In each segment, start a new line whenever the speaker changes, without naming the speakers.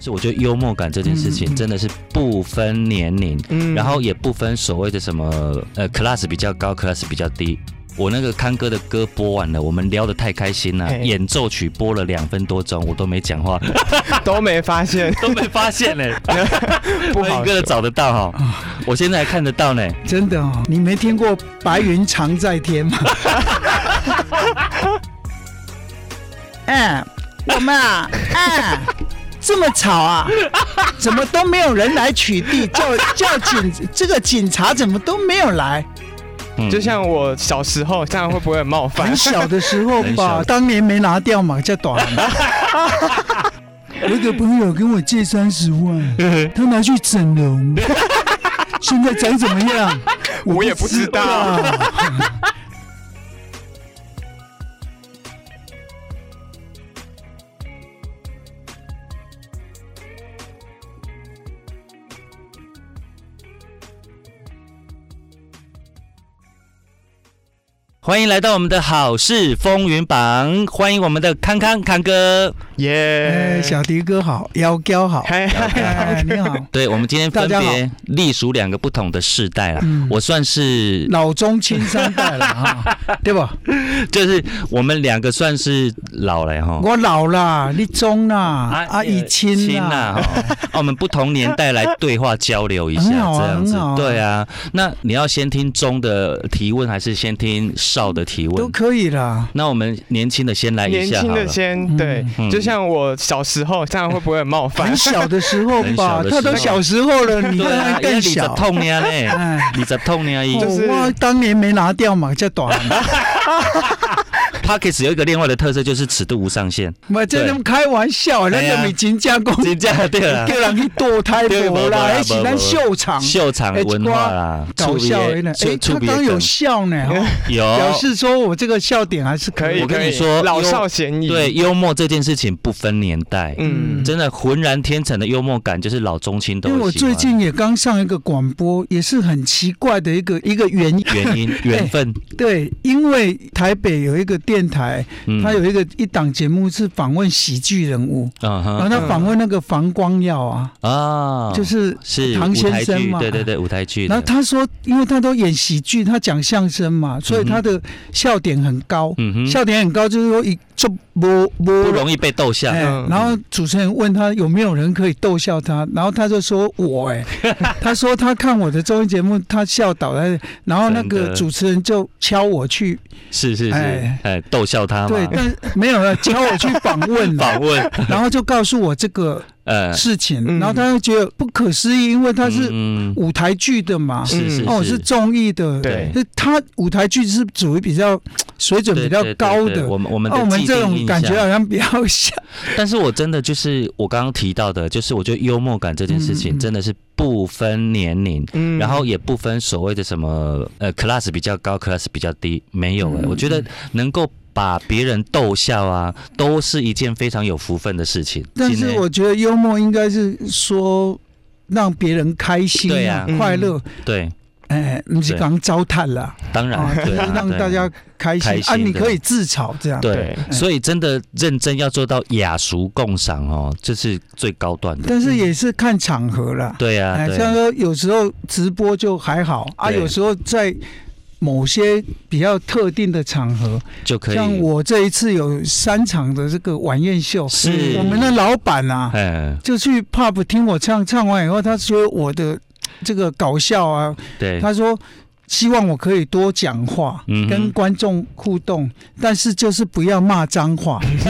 是我觉得幽默感这件事情真的是不分年龄，
嗯
然后也不分所谓的什么呃 class 比较高，class 比较低。我那个康哥的歌播完了，我们聊得太开心了，
嘿
演奏曲播了两分多钟，我都没讲 话，，
都没发现
都没发现呢、
不
我
好
一个
说
人。找得到哈， 我现在还看得到呢。
真的哦，你没听过“白云常在天” 吗？嗯，我们啊，嗯，这么吵啊，怎么都没有人来取缔？ 叫叫警，这个警察怎么都没有来？
嗯
就像我小时候，这样会不会很冒犯
很？小的时候
很
吧
小，
当年没拿掉嘛，叫短。我有个朋友跟我借三十万，他拿去整 容，现在长怎么样？
我也不知道。
欢迎来到我们的好事风云榜，欢迎我们的康康康 哥。
耶
哎，，小迪哥好，妖娇好，
嗨
哎，你好，
对，我们今天分
大家
别
好
隶属两个不同的世代啦。
嗯
我算是，
老中青三代了哈，对吧？
就是我们两个算是老了哈。
我老啦，你中啦，啊，
哦呃
以
亲
亲啦，
呐，哈 啊我们不同年代来对话交流一下，
很好啊
这样子
很好。啊
对啊，那你要先听中的提问，还是先听少的提
都
问？
可以 啦。
那我们年轻的先来一
年
下好
轻的
了。
先对，
嗯
就像我小时候，这样会不会很冒犯
很？小的时候
很小
吧
的，时候
他都小时候了，你
对
看
啊
他，
因为
更
你十
小。
痛呢嘞，
哎，
你十痛呢
哦
伊。
就是
我当年没拿掉嘛，叫短。
Pockets 有一个另外的特色就是尺度无上 限，
我真的开玩笑，那
哎呀
个美金加工，
真正对啦，
叫人去堕胎
对没
婆
没啦
啦，还是
没
咱
没
秀场
秀场文化啦，
搞笑
触鼻
的
的
呢。哎，
触
他
鼻的
刚有
梗
笑呢，哦表
有。
示说我这个笑点还是
可以，
我跟
可以
你说
老
因为
少咸宜。
对，幽默这件事情不分年代，
嗯，
真的浑然天成的幽默感，就是老中青都
因
有
为我
喜欢
最近也刚上一个广播，也是很奇怪的一个一个原因。
原 因缘分，
对，因为台北有一个电台，
嗯
它哎有一个一档节目是访问喜剧人物，
嗯
然后
哼
他访问那个房光耀啊，
啊，
就是
是
唐
舞
先
台
生
剧，
嘛
对对对，舞台剧的，
然后他说，因为他都演喜剧，他讲相声嘛，所以他的笑点很高，
嗯哼，
笑点很高就是说一就不不
不容易被逗笑，
哎
嗯
然后主持人问他有没有人可以逗笑他，然后他就说 我哎、他说他看我的综艺节目，他笑倒了，然后那
真
个
的
主持人就敲我去，
是是是，
哎
哎，逗笑他
对，
嘛，
但没有了，敲我去访 问了，
访问，
然后就告诉我这个
呃，
事情，
嗯
然后他就觉得不可思议，因为他是
嗯，嗯
舞台剧的嘛，
是是
哦是综艺的，
对
就他舞台剧是属于比较水准比较
对对对
高
对
的。
我们我们的
哦我们
既
这
定
种
印
感觉
象
好像比较像，
但是我真的就是我刚刚提到的，就是我觉得幽默感这件事
嗯
情
嗯
真的是不分年龄，
嗯
然后也不分所谓的什么呃 class 比较高，class 比较低，没有哎、
嗯
我觉得能够把别人逗笑啊，都是一件非常有福分的事情。
但
真
是
的
我觉得幽默应该是说让别人开心
对
啊
啊，
快乐，
对，
哎，不是
对
讲糟蹋啦，
当然、
啊，就是
对啊
让
对啊
大家开
开
心
心
啊，你
的
可以自嘲这样，
对
对，
所以真的认真要做到雅俗共赏哦，这是最高段的。
但是也是看场合啦，
对啊，
哎，
对
像
啊，
说有时候直播就还好啊，
对
有时候在。某些比较特定的场合，
就可以。
像我这一次有三场的这个晚宴秀，
是
我们的老板啊，
嗯，
就去 pub 听我唱，唱完以后，他觉得我的这个搞笑啊，
对，
他说希望我可以多讲话，
嗯哼
跟观众互动，但是就是不要骂脏话，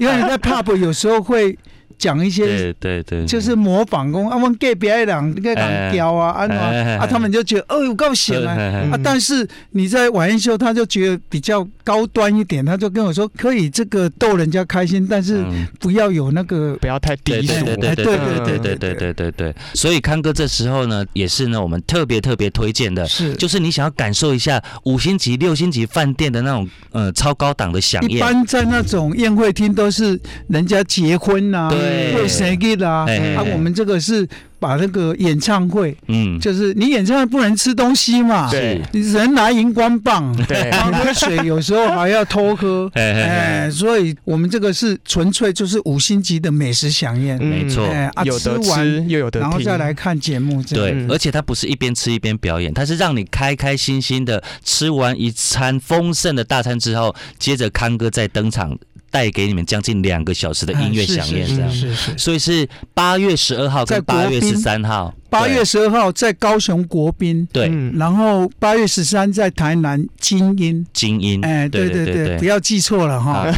因为你在 pub 有时候会讲一些。
对对对，
就是模仿工，啊，我给别人那个人雕啊，啊
哎哎哎
啊，啊，他们就觉得哦，有够险啊，
哎哎
啊，但是你在晚宴秀，他就觉得比较高端一点，他就跟我说，可以这个逗人家开心，但是
嗯
不要有那个
不要太低
对
俗。
对对对对对对对对对对，所以康哥这时候呢，也是呢，我们特别特别推荐的，
是
就是你想要感受一下五星级、六星级饭店的那种呃超高档的飨
一
宴，
般在那种宴会厅都是人家结婚呐、啊，
对对
过生日啊，
哎哎
啊
哎，
我们这个是把那个演唱会，
嗯，，
就是你演唱会不能吃东西嘛，
对
你人拿荧光棒，
对
光喝水有时候还要偷 喝
嘿嘿嘿
哎，所以我们这个是纯粹就是五星级的美食飨宴，
嗯
没错
哎啊，
有的
吃完
吃又有的
然后
听
再来看节目，这样
对，
嗯
而且它不是一边吃一边表演，它是让你开开心心的吃完一餐丰盛的大餐之后，接着康哥再登场，带给你们将近两个小时的音乐
哎
响
是
宴，这
是
样。
是是是。
所以是八月十二号跟
在国
八月
宾
十三号，
八月
对
十二号在高雄国宾，
对
嗯
然后八月十三在台南金鹰，
精英，
哎，
嗯对
对
对
不，要记错了哈
啊。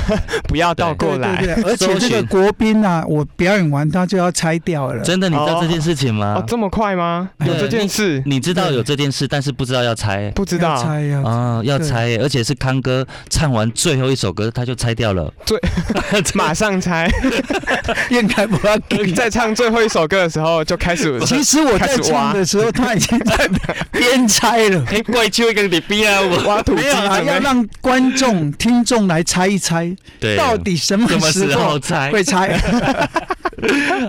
不要倒
对
过来。
对对，而且这
搜
个
寻
国宾啊，我表演完他就要拆掉了。
真的，你知道
哦
这件事情
哦
吗，？
这么快吗？
对
有这件事
啊你知道有这件事，但是不知道要拆
不知
要
道？
拆呀，
啊，要
对
拆，而且是康哥唱完最后一首歌他就拆掉了，
最马 上猜，
应该不要给。
在唱最后一首歌的时候就 开始。
其实我在唱的时候，他已经在边拆了。
哎，怪秋跟你逼啊我，
挖土机
没有啊，
准
要
备
让观众、听众来猜一猜，
对，
到底什么
什么时
时
候
候
拆？
会猜？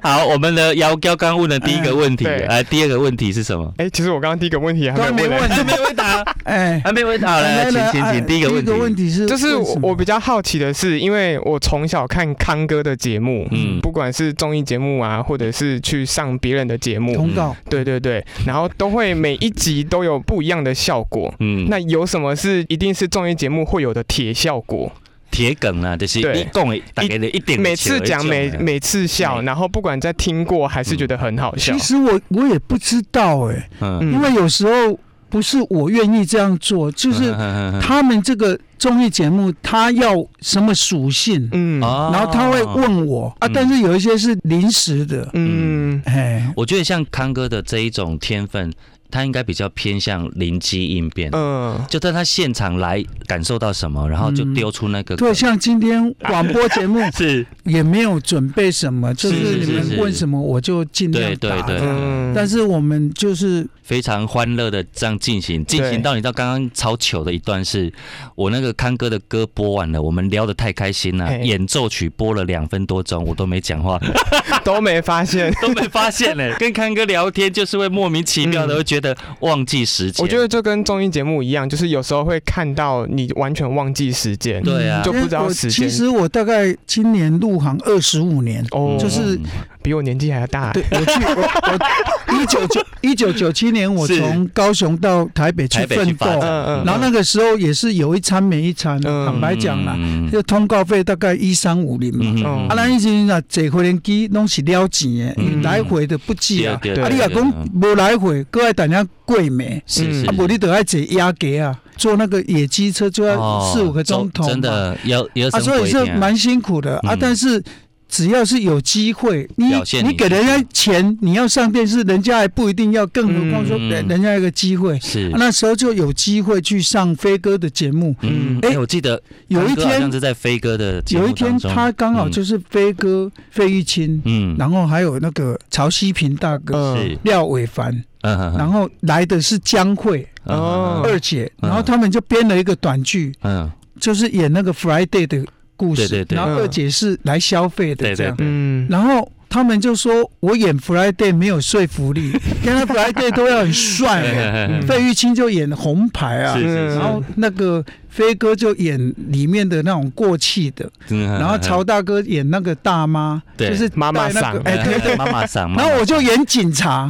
好，我们的姚彪刚问了第一个问题，
嗯对
哎，第二个问题是什么？
哎，其实我刚刚第一个问题还
都还
没
没
问嘞，
问，
啊没回答，
哎，
还没回答
来
来，请
来
请
哎
请，第一个问
第一个问
题，
题是，
就是我我比较好奇的是，因为我从小看康哥的节目，
嗯
不管是综艺节目啊，或者是去上别人的节
嗯
目，
通告，
对对对，然后都会每一集都有不一样的效果。
嗯，
那有什么是一定是综艺节目会有的铁效果？
铁梗啊，就是
对
一共大概的一点，
每次讲每每次笑，
嗯
然后不管在听过还是觉得很好笑
其。实我我也不知道哎，
嗯，
因为有时候不是我愿意这样做，
嗯
就是
他
他们这个综艺节目，他要什么属性，
嗯
啊哦
然后他会，问我啊，
嗯
但是有一些是临时的，
嗯
哎，
我觉得像康哥的这一种天分，他应该比较偏向灵机应变。
嗯，
就在他现场来感受到什么，然后就
嗯
丢出那个
对，
梗。
像今天广播节目
是，
也没有准备什 么，就是是
是
你
是
们问什么我就尽量
对对
答
对
这样
嗯
但是我们就是
非常欢乐的这样进行，进
对
行到你知道刚刚超糗的一段是，我那个康哥的歌播完了，我们聊得太开心了，
嘿
演奏曲播了两分多钟，我都没讲话，
都没发现。
都没发现呢。跟康哥聊天就是会莫名其妙的
嗯
会觉得忘记时间，
我觉得就跟综艺节目一样，就是有时候会看到你完全忘记时间。
对啊
就不知道
因为我
时间
嗯其实我大概今年入行二十五年，
哦，
嗯
就是
比我年纪还要大。
对我去我我一九九一九九七年我
是
从高雄到台北去
台北去
奋
发，
斗
展
嗯嗯
然后那个时候也是有一餐没一餐，
嗯
坦白讲啦，
嗯
就通告费大概一三五零嘛。
嗯
嗯
啊，咱以前啊，坐回连机拢是了钱的，
嗯
因为来回的不计啊。
对
对
啊，
对
你若讲无来回，搁爱等下贵没？
是是
嗯
是，
啊，无你得爱坐压格啊，坐那个野鸡车就要
哦
四五个钟头嘛。
真的要要
啊，
生
所
活
以
一
是
点啊
蛮辛苦的啊
嗯。
但是只要是有机会，你
表现你
你给人家钱，你要上电视，人家还不一定要，更何况说
嗯
人人家有个机会。
是
啊。那时候就有机会去上飞哥的节目，
嗯，哎、
哎
我记得
有一
康哥好像
天
是在飞哥的节目
有一天
当中
他刚好就是飞哥费玉清，
嗯，
然后还有那个曹希平大哥。
嗯
是，
廖伟凡，
嗯哼哼，
然后来的是江蕙
哦
二姐，
嗯
然后他们就编了一个短剧，
嗯，
就是演那个 Friday 的故事，
对对对
然后二姐是来消费
对
的这
对
样，
对，
嗯，
然后他们就说我演 Friday 没有说服力， 原来 Friday 都要很帅 欸、
嗯
费玉清就演红牌啊
是，是是，
然后那个飞哥就演里面的那种过气的，
嗯
然后曹大哥演那个大妈，
对
就是
妈妈
带那个
桑
哎对。对对
妈妈嗓，
然后我就演警 察，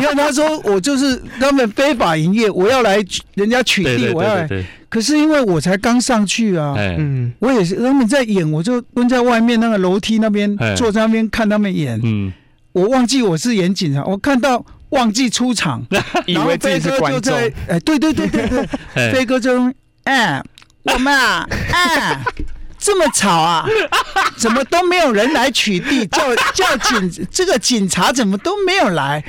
因为他说我就是他们非法营业，我要来取人家取
对对
缔，我要
对对
来。
对，
可是因为我才刚上去啊，
哎
嗯，
我也是他们在演，我就蹲在外面那个楼梯那边
哎
坐在那边看他们演。
嗯，
我忘记我是演警察，我看到忘记出场，
以为自己
然后飞哥
是
就
观众，
在哎，对对对对对，
哎
飞哥就用哎，我们啊，哎，这么吵啊，怎么都没有人来 取缔，叫叫警这个警察怎么都没有来？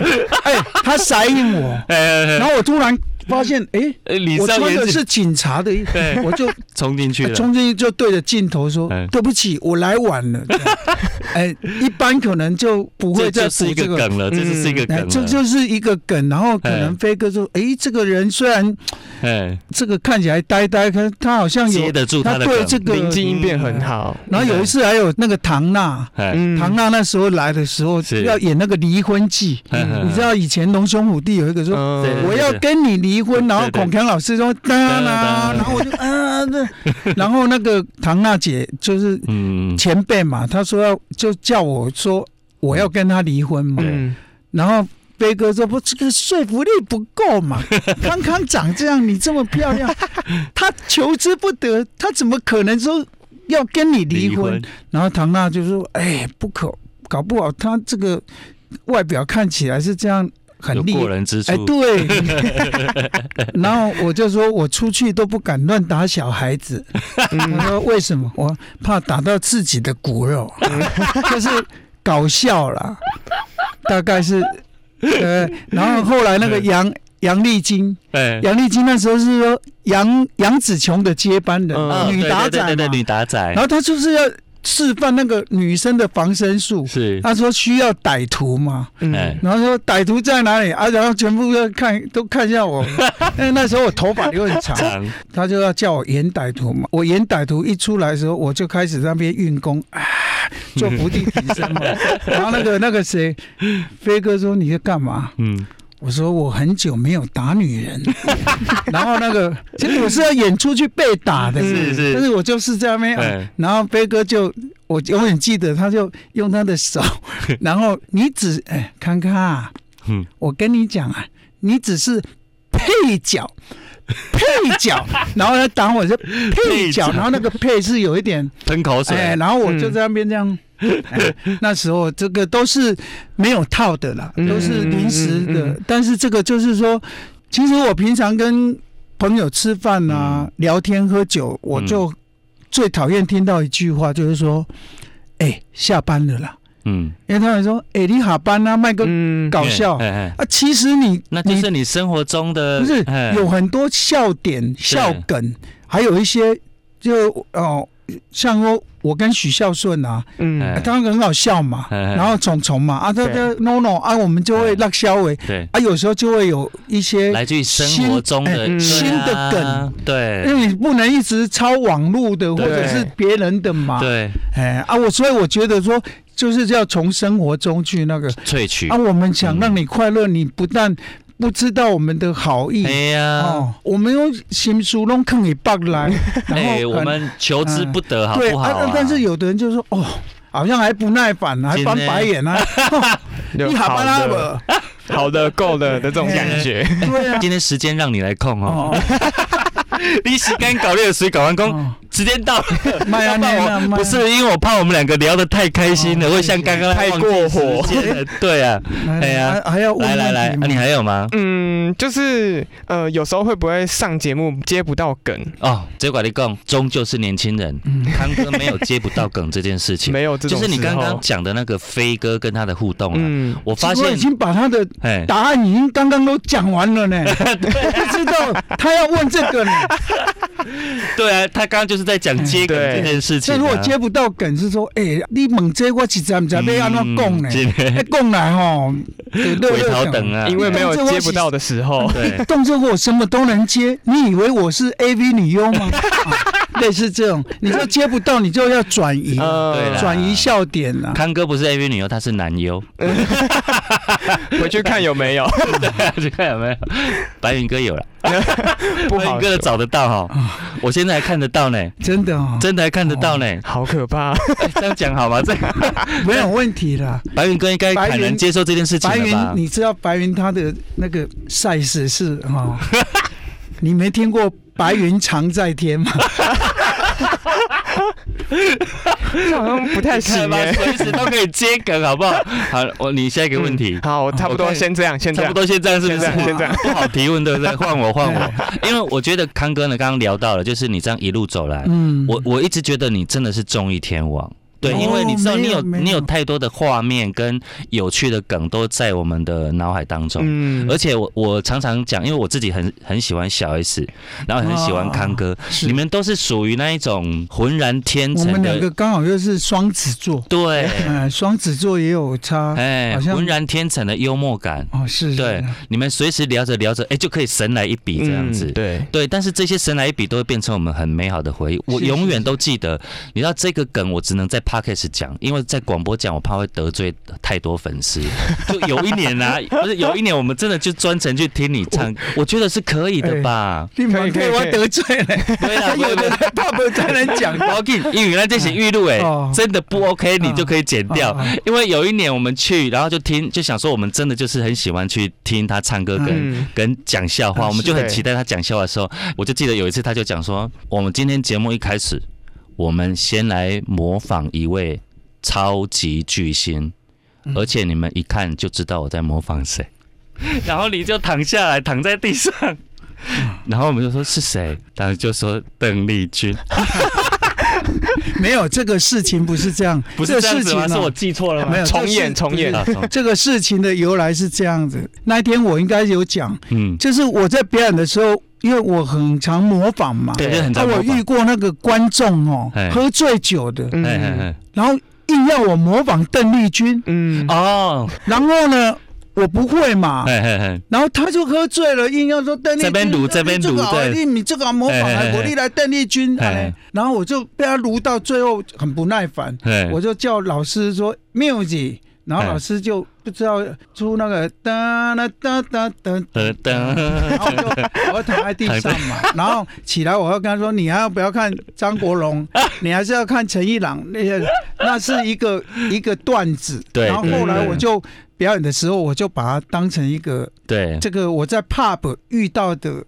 哎，他闪应我，
哎
然后我突然发现，哎，
哎，李
我
少
穿
爷
的是哎警察的衣服
对，
我就
冲进去了，
冲进去就对着镜头说
哎：“
对不起，我来晚了。这样”哎，一般可能就不会
这
再
就是
补
一
这
个梗了，这就是一个梗
哎
了，
这就是一个梗，然后可能
哎
飞哥说：“哎，这个人虽然
哎
这个看起来呆呆，可是他好像
接
有
得住
他
的
对
梗，
这个嗯
临机应变很好。
然后有一次还有那个唐娜，
哎，
嗯
唐娜那时候来的时候
是
要演那个离婚记，
嗯
你知道以前龙兄虎弟有一个说。
嗯
对对
我要跟你离婚，然后
对对
孔锵老师说当然啦，
当然
然后我就啊，对然后那 个唐娜姐就是
嗯，
前辈嘛，她说要就叫我说我要跟他离婚嘛，
嗯，
然后飞哥说不，这个说服力不够 嘛，康康长这样，你这么漂 亮，他求之不得，他怎么可能说要跟你离婚？然后唐娜就说：“哎，不可，搞不好他这个外表看起来是这样，很
有
厉
过
害。”
人之
哎，
处，
对。 然后我就说，我出去都不敢乱打小孩子。
嗯
他说为什么？我怕打到自己的骨肉， 就是搞笑啦，大概是。呃，然后后来那个杨杨丽菁，
哎，
杨丽菁那时候是说杨杨紫琼的接班人，
嗯
女达仔
对对对，
嘛
对，女达仔
然，后他就是要示范那个女生的防身术。
是，
他说需要歹徒嘛，
哎
嗯，
然后说歹徒在哪里啊？然后全部都看都看一下 我，因为那时候我头发留很长，
长，
他就要叫我演歹徒嘛。我演歹徒一出来的时候，我就开始在那边运功啊，做伏地挺 身嘛。然后那个那个谁，飞哥说你在干嘛？
嗯，
我说我很久没有打女人， 然后那个其实我是要演出去被打的，
是是
但是我就是在那边啊
哎，
然后飞哥就，我永远记得，他就用他的手，然后你只哎，康康啊，
嗯
我跟你讲啊，你只是配角，配角，然后他打我是配
配
角，
角
然后那个配是有一点
喷口水，
哎，然后我就
嗯
在那边这样。哎那时候这个都是没有套的啦，
嗯
都是临时
嗯嗯嗯
的
嗯。
但是这个就是说，其实我平常跟朋友吃饭
嗯
啊、聊天、喝酒，我就最讨厌听到一句话，就是说：“哎，下班了啦。
嗯，”
因为他们说：“哎，你下班啊，卖个
嗯
搞笑
哎哎，哎
啊。”其实你
那就是你生活中的，
不是
哎
有很多笑点、笑梗，还有一些就哦，像说我跟许孝顺啊，
哎
嗯，
当然很好笑嘛，
哎哎
然后虫虫嘛，啊，这
对
个 no no 啊，我们就会
哎
落消尾，
对，
啊，有时候就会有一些，
来自于生活中
哎新哎
的对啊
新的梗，哎
对
因为你不能一直抄网络的或
哎对
者是别人的嘛，
对，
哎啊，我所以我觉得说，就是要从生活中去那个，
萃取
啊，，我们想
嗯
让你快乐，你不但不知道我们的好意
哎。呀。
哦，我们用心书弄坑你 baked 来，然后
哎，
很嗯
我们求之不得，好
对
不好啊
但是有的人就说哦，好像还不耐烦啊，还
真的
翻白眼啊，
有
你好巴拉
好的、
不？
好的、够的的这种感觉。
对啊，
今天时间让你来控哦，
哦，
你洗干搞烈水搞完工，
哦
时间到了。
麦
要
安
不
内
然
啊，
我
麦
不是因为我怕我们两个聊得太开心了，
哦
会像刚刚
太
忘记
过火
时间了。 对啊，
安内，
哎呀
还还要问
来来来，
问
啊
题吗
你还有吗？
嗯，就是呃，有时候会不会上节目接不到梗？
哦，只管你讲，终究是年轻人，康哥没有接不到梗这件事情，
没有这
就
种
是你
时
刚
候
刚讲的那个飞哥跟他的互动啊，
哦嗯，
我发
结果
现
已，经把他的
哎，
答案已经刚刚都讲完了 呢，不知道他要问这个呢。
啊对啊，他刚刚就是在讲接梗
对
这件事情
所
啊。
以如果接不到梗，是说，哎，你猛这我实在不知道要安怎么讲呢
嗯？真的
哎，讲来吼，就乐
回头
乐
等
等。
啊，
因为没有
哎
接不到的时候，
对，
动作我什么都能接，你以为我是 AV 女优 吗？啊类似这种，你就接不到，你就要转移，
呃
对啦
转移笑点啊啦。
康哥不是 AV 女优，他是男优。
回去看有没有
去啊看有没有？白云哥有了，
不
白
好
云哥
说，
找得到哈，我现在还看得到呢，
真的哦，
真的还看得到呢。哎
好可怕。
这样讲好吗？这样
没有问题啦。
白云哥应该
白
坦
云
然接受这件事情
白
了
云
吧，？
你知道白云他的那个赛事是 哈、哦，你没听过白云常在天吗？
这好像不太
看
行
吧，
哎。
随时都可以接梗，好不好？ 好，我你下一个问题
嗯。好，差不
我
多
看
先这样，先这
差
样
不。多现在是不嗯是
先这样先这样
不好提问，对不对？换我，换 我，因为我觉得康哥呢，刚刚聊到了，就是你这样一路走来，
嗯，
我我一直觉得你真的是综艺天王，对，因为你知道，
哦没
你有
有没有
你有太多的画面跟有趣的梗都在我们的脑海当中。
嗯
而，且我我常常讲，因为我自己很很喜欢小 S，然后很喜欢康哥，
哦是
你们都是属于那一种浑然天
我们
成
两
的，
个刚好又是双子座，
对，
呃，双子座也有差，
哎，
好像
浑然天成的幽默感。
哦，是，是
对，你们随时聊着聊着，哎，就可以神来一笔这样子。
嗯对，
对，但是这些神来一笔都会变成我们很美好的回忆。我
是
永
是
远都记得，你知道这个梗我只能在 podcast 讲，因为在广播讲我怕会得罪太多粉 丝。就有一年啊，不是有一年我们真的就专程去听你唱，我觉得是可以的吧？
立马
可以可以
被我
可以
得罪了，
对 啦，
有啊的
人
pub 才能讲
不要 紧，因为那这些预录哎
哦，
真的不 OK，你
嗯
就可以剪掉。
哦
因为有一年我们去，然后就听，就想说我们真的就是很喜欢去听他唱歌跟、
嗯
跟讲笑话，
嗯
我们就很
是
期待他讲笑话的时候，我就记得有一次他就讲说，我们今天节目一开始，我们先来模仿一位超级巨星，
嗯
而且你们一看就知道我在模仿 谁，然后你就躺下来，躺在地上。
嗯
然后我们就说是谁，然后就说邓丽君，
没有这个事情不是这样，
不是这样
个事
子
情
吗？
啊
是我记错了吗？
没有
重
这
演
是
重演
啊，从
这个事情的由来是这样子，那一天我应该有讲，
嗯，
就是我在表演的时候，因为我很常模仿嘛，
对，就很
那
常模
我
仿
遇过那个观众哦
哎，
喝醉酒的，
哎哎
嗯
哎，
然后硬要我模仿邓丽君，
嗯，
哦，
然后呢，我不会嘛，
哎哎哎，
然后他就喝醉了，硬要说邓丽君
这边撸这边撸
邓丽君这个好
对
哎
哎
你你这个好模仿
嘿嘿
啊
嘿，
我历来邓丽君，
嘿嘿
哎然后我就被他撸到最后很不耐烦，
哎
我就叫老师说 music，然后
嘿
老师就不知道出那个哒啦哒哒哒
呃
然
噔，
后我就我躺在地上 嘛，然后起来我要跟他说，你还要不要看张 国荣？你还是要看陈一郎？那些那是一 个一个段子。
对
然后后来
对对
我就表演的时候，我就把它当成一个
对，
这个我在 pub 遇到的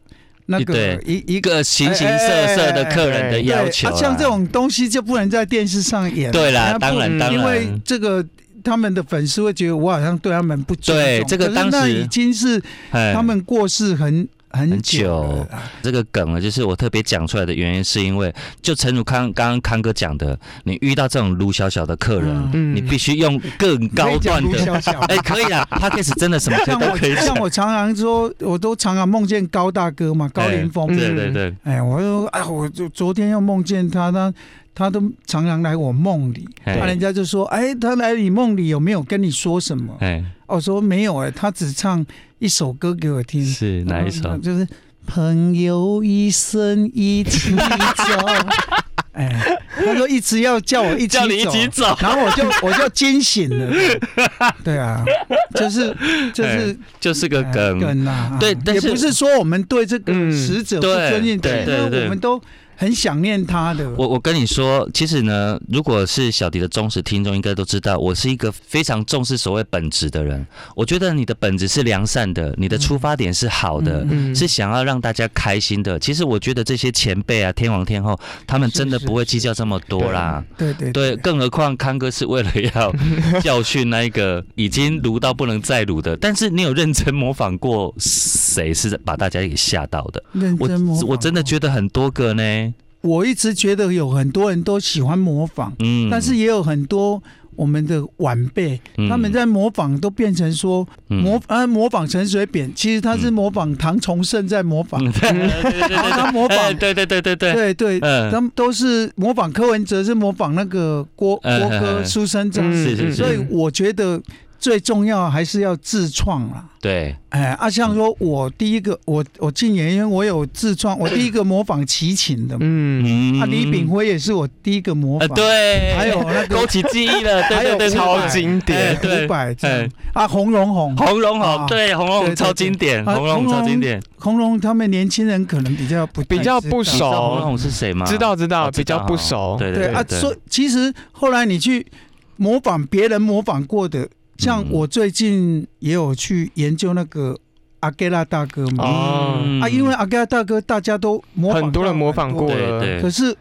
那个
对
一
一
一个
个形形色色的客人的
哎
要
对
求
啊
啦，
像这种东西就不能在电视上演。
对啦，
人家
当
不
然
嗯
当
因为
然，
这个。他们的粉丝会觉得我好像对他们不尊重，
对这个
可是
当时
那已经是
哎
他们过世很
很
很
久
久了，
这个梗呢，就是我特别讲出来的原因，是因为就诚如康刚刚康哥讲的，你遇到这种卢小小的客人，
嗯
你必须用更高段
可以
的，
讲卢小小
哎，可以啦 p a c k a g e 真的 什么
像
歌都
我
可以
像
讲，
我常常说，我都常常梦见高大哥嘛，高凌
哎
风。
对对对，
哎，我就说哎，我就昨天又梦见他，他他都常常来我梦里，
哎
那人家就说，哎，他来你梦里有没有跟你说什么？
哎，
哦，我说没有哎，他只唱一首歌给我听，
是哪一首
嗯？就是朋友一生一 起走。哎，他说一直要叫我一起
叫你一起
走
走，
然后我就我就惊醒了，对啊，就是
哎
就是
就是个
呃
梗，
梗啊，
对
啊
但是
也不是说我们对这个
嗯
死者不
对
尊敬，
对
只是
对对
我们都很想念他的。
我我跟你说，其实呢，如果是小迪的忠实听众，应该都知道，我是一个非常重视所谓本质的人。我觉得你的本质是良善的，你的出发点是好的，
嗯
是想要让大家开心的。其实我觉得这些前辈啊，天王天后，他们真的
是
不会计较这么多啦。
对对
对，更何况康哥是为了 要教训那一个已经撸到不能再撸的，但是你有认真模仿过谁是把大家给吓到的？
认
我
真模仿，
我真的觉得很多个呢，
我一直觉得有很多人都喜欢模仿，
嗯，
但是也有很多我们的晚辈，
嗯
他们在模仿都变成说
嗯
模呃模仿陈水扁，其实他是模仿唐崇盛在模仿，
嗯，对对对对
然后
对
他模
哎
仿
对对 对对对，
对对，
嗯
他们都是模仿柯文哲，是模仿那个郭
嗯
郭
嗯嗯
哥、苏贞昌，
是是
嗯
是
所以我觉得最重要还是要自创啦。
对，
哎，啊，像说我第一个，我我进演艺圈，我有自创，我第一个模仿齐秦的嘛，
嗯，
嗯
啊，李炳辉也是我第一个模
呃
仿，，
对，
还有那
勾
个
起记忆 了，
还
对对
有
对，
伍佰
超经典，
对
哎伍佰这样
哎，
啊，洪荣宏，
红龙红，
啊
对红龙
对对
红超经典，
对啊
红龙红
红
超
龙
经典，
洪荣他们年轻人可能比较不太
比较
知道
你
不
知
熟
道红龙红是谁吗？
知道知道，
哦
比
知道
较不熟，
对
对啊，
对，
所以其实后来你去模仿别人模仿过的，像
嗯
我最近也有去研究那个阿盖拉大哥嘛，
哦
嗯
啊，因为阿盖拉大哥大家都模仿，
很多人模仿过，
对
了，
对
可是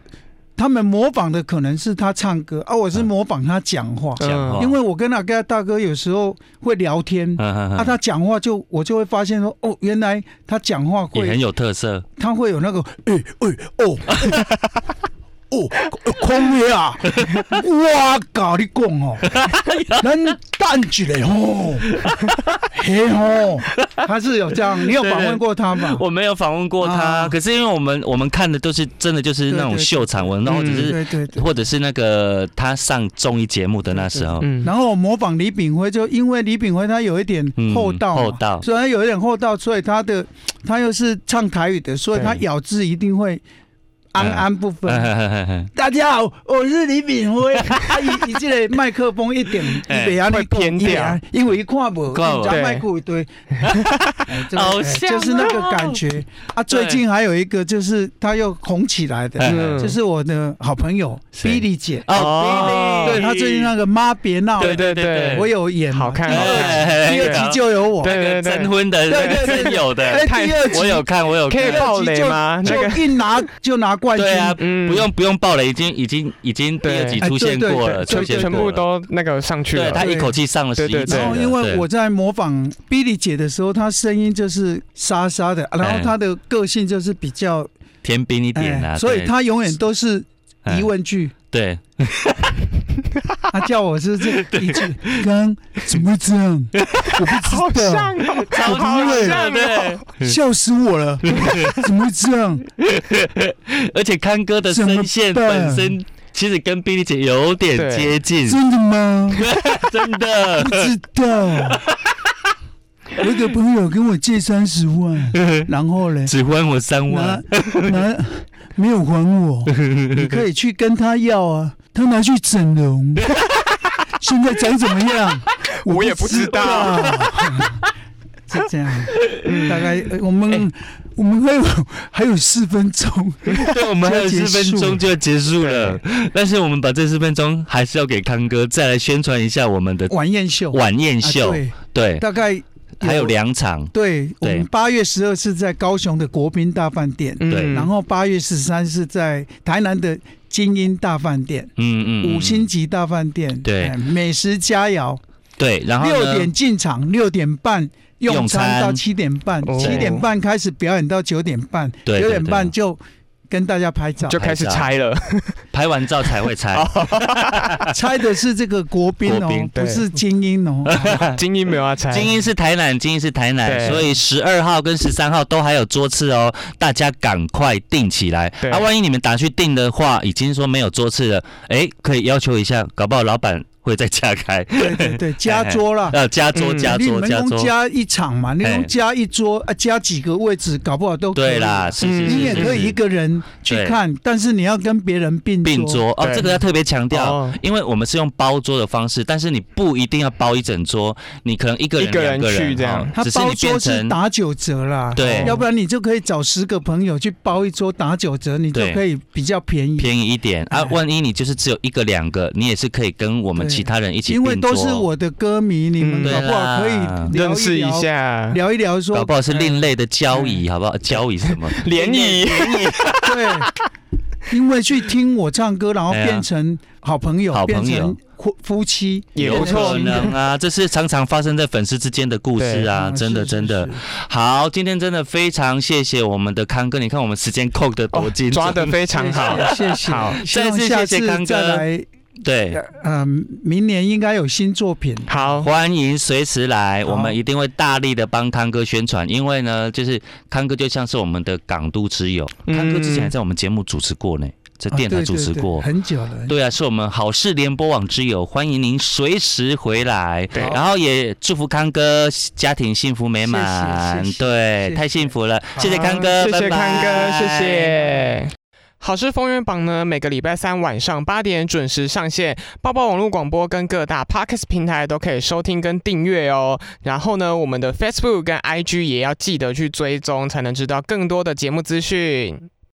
他们模仿的可能是他唱歌，啊，我是模仿他讲话，
嗯
讲
哦
话
呃因为我跟阿盖拉大哥有时候会聊天。
嗯嗯嗯
啊，他讲话就我就会发现说，哦，原来他讲话
也
会嗯
很有特色，
他会有那个，哎、哎、哦，哎哦，哦孔爷啊，我甲你讲 哦，咱等一下吼，嘿吼，他是有这样，你有访问过他吗？
我没有访问过他，
啊
可是因为我们我们看的都是真的就是那种
对对对
秀场文，然后只
对
是
对对对。
或者是那个他上综艺节目的那时候，
嗯，
然后我模仿李炳辉，就因为李炳辉他有一点厚道嘛、
嗯厚道
虽然有一点厚道，所以他的他又是唱台语的，所以他
对
咬字一定会安
嗯
安不分。
嗯
大家好，我是李炳辉。 啊，伊伊这个麦克风一点
哎
袂安尼
会偏掉
掉，因为伊看无，
看无
你知道
对
麦克一堆， 哎这个
好哦
哎
像
就是那个感觉啊。最近还有一个就是他又红起来的，
嗯
就是我的好朋友
谁
Billy 姐，
哦
哦，
对她最近那个妈别闹，
对对对对，
我有演嘛，
好看
第
好看
二
哎
集第二集就有我，
对
那个征婚的
对
那
对
个
对
真有的
哎，，第二集
我有看，我有
可以
看
第。二
爆
集
雷
就
吗？那个
就一拿就拿冠军
对，啊，
嗯
不用不用爆了，已经已经已经第二集
对
出现过了，
哎对对对
出
全
现
全
过
部
了。
都那个上去
对
了，
他一口气上了十
对
一集了
对，对
然后哦因为
对
我在模仿 Billy 姐的时候，她声音就是沙沙的，
哎
然后她的个性就是比较，
甜饼一点啊，
哎所以
对
她永远都是
哎
疑，
嗯
问句。
对，
她叫我是 这一句，刚怎么会这样？我
好
不知道
像，哦，
超
好
级
像
对
哦，，
笑死我 了！ 怎么会这样？
而且康哥的声线
怎么
本
办
身其实跟碧丽姐有点
对
接近，
真的吗？
真的
不。 知道。我有一个朋友跟我借三 十万，然后嘞，
只还我三
拿
万，
拿没有还 我，你可以去跟他要啊，他拿去 整容，现在长怎么样？
我也不知道。
是这样，
嗯
大概呃我们我们还有还有四分钟，
对，我们还有
就
四
要结
分
束
钟就要结束了
对。
但是我们把这四分钟还是要给康哥再来宣传一下我们的
晚宴秀，
晚宴
啊
秀，
对，
对，
大概
还有两场，
对，我
对
们八月十二是在高雄的国宾大饭店，
嗯
对
然后八月十三是在台南的精英大饭店，
嗯嗯，嗯
五星级大饭店，
对
哎美食佳肴，
对，然后呢
六点进场，六点半
用
用
餐
餐到七点半，
哦
七点半开始表演到九点半，
对对
九点半
对
就跟大家拍照，
就开始拆了，
拍完照才会
哦
拆，
猜的是这个国宾
国
哦
宾，
对
不是精英哦，
哎
精英没有要拆，
精英是台南，精英是台南，
对
所以十二号跟十三号都还有桌次哦，大家赶快订起来。
对
啊，万一你们打去订的话，已经说没有桌次了，哎，可以要求一下，搞不好老板会再加 开，
对对对，加桌啦。
要加桌
嗯
加
你
桌
们
加
用
桌，
加一场嘛，你
哎
用加一桌啊，加几个位置，搞不好都可以
对啦，是是是，
嗯你也
是
可以一个人去看，但是你要跟别人并
并
桌。
桌哦，
对
这个要特别强调。
哦
因为我们是用包桌的方式，但是你不一定要包一整桌，你可能一个人、
一个人
两个人
去这样
哦
他
只是
包
你变
桌是
成
打九折啦，
对
要不然你就可以找十个朋友去包一桌打九折，你就
对
可以比较便宜。
便宜一点啊
哎。
万一你就是只有一个两个，你也是可以跟我们
对
其他人一起
因为
并桌
都是我的歌迷，你们
嗯
搞不好可以
对啦
聊
认识一
聊，
下，
聊一聊
搞
说
不好是另类的交易，好不好？交易什 么？
联谊，
对，因为去听我唱歌，然后
哎呀
变成好朋友
好，朋友
变成夫夫妻
也不错
有可能啊，这是常常发生在粉丝之间的故事啊，真的真。
嗯是
的
是。是
好，今天真的非常谢谢我们的康哥，你看我们时间扣的多
哦
精准，
抓的非常好，
谢谢
好，
希望
再次
下
谢谢康
次再
哥
来
对。
呃，明年应该有新作品。
好，
欢迎随时来，
哦好
我们一定会大力的帮康哥宣传，因为呢，就是康哥就像是我们的港都之友，
嗯
康哥之前还在我们节目主持过呢，在电台
啊对
主持
对
过
对，很久了。
对啊，是我们好事联播网之友，欢迎您随时回来。
对
然后也祝福康哥家庭幸福美满，
谢谢谢谢
对，
谢谢
太幸福了，谢谢
好
康哥，
谢谢
拜拜
康哥，谢。谢。好事风云榜呢，每个礼拜三晚上八点准时上线，抱抱网络广播跟各大 podcast 平台都可以收听跟订阅哦。然后呢，我们的 Facebook 跟 IG 也要记得去追踪，才能知道更多的节目资讯。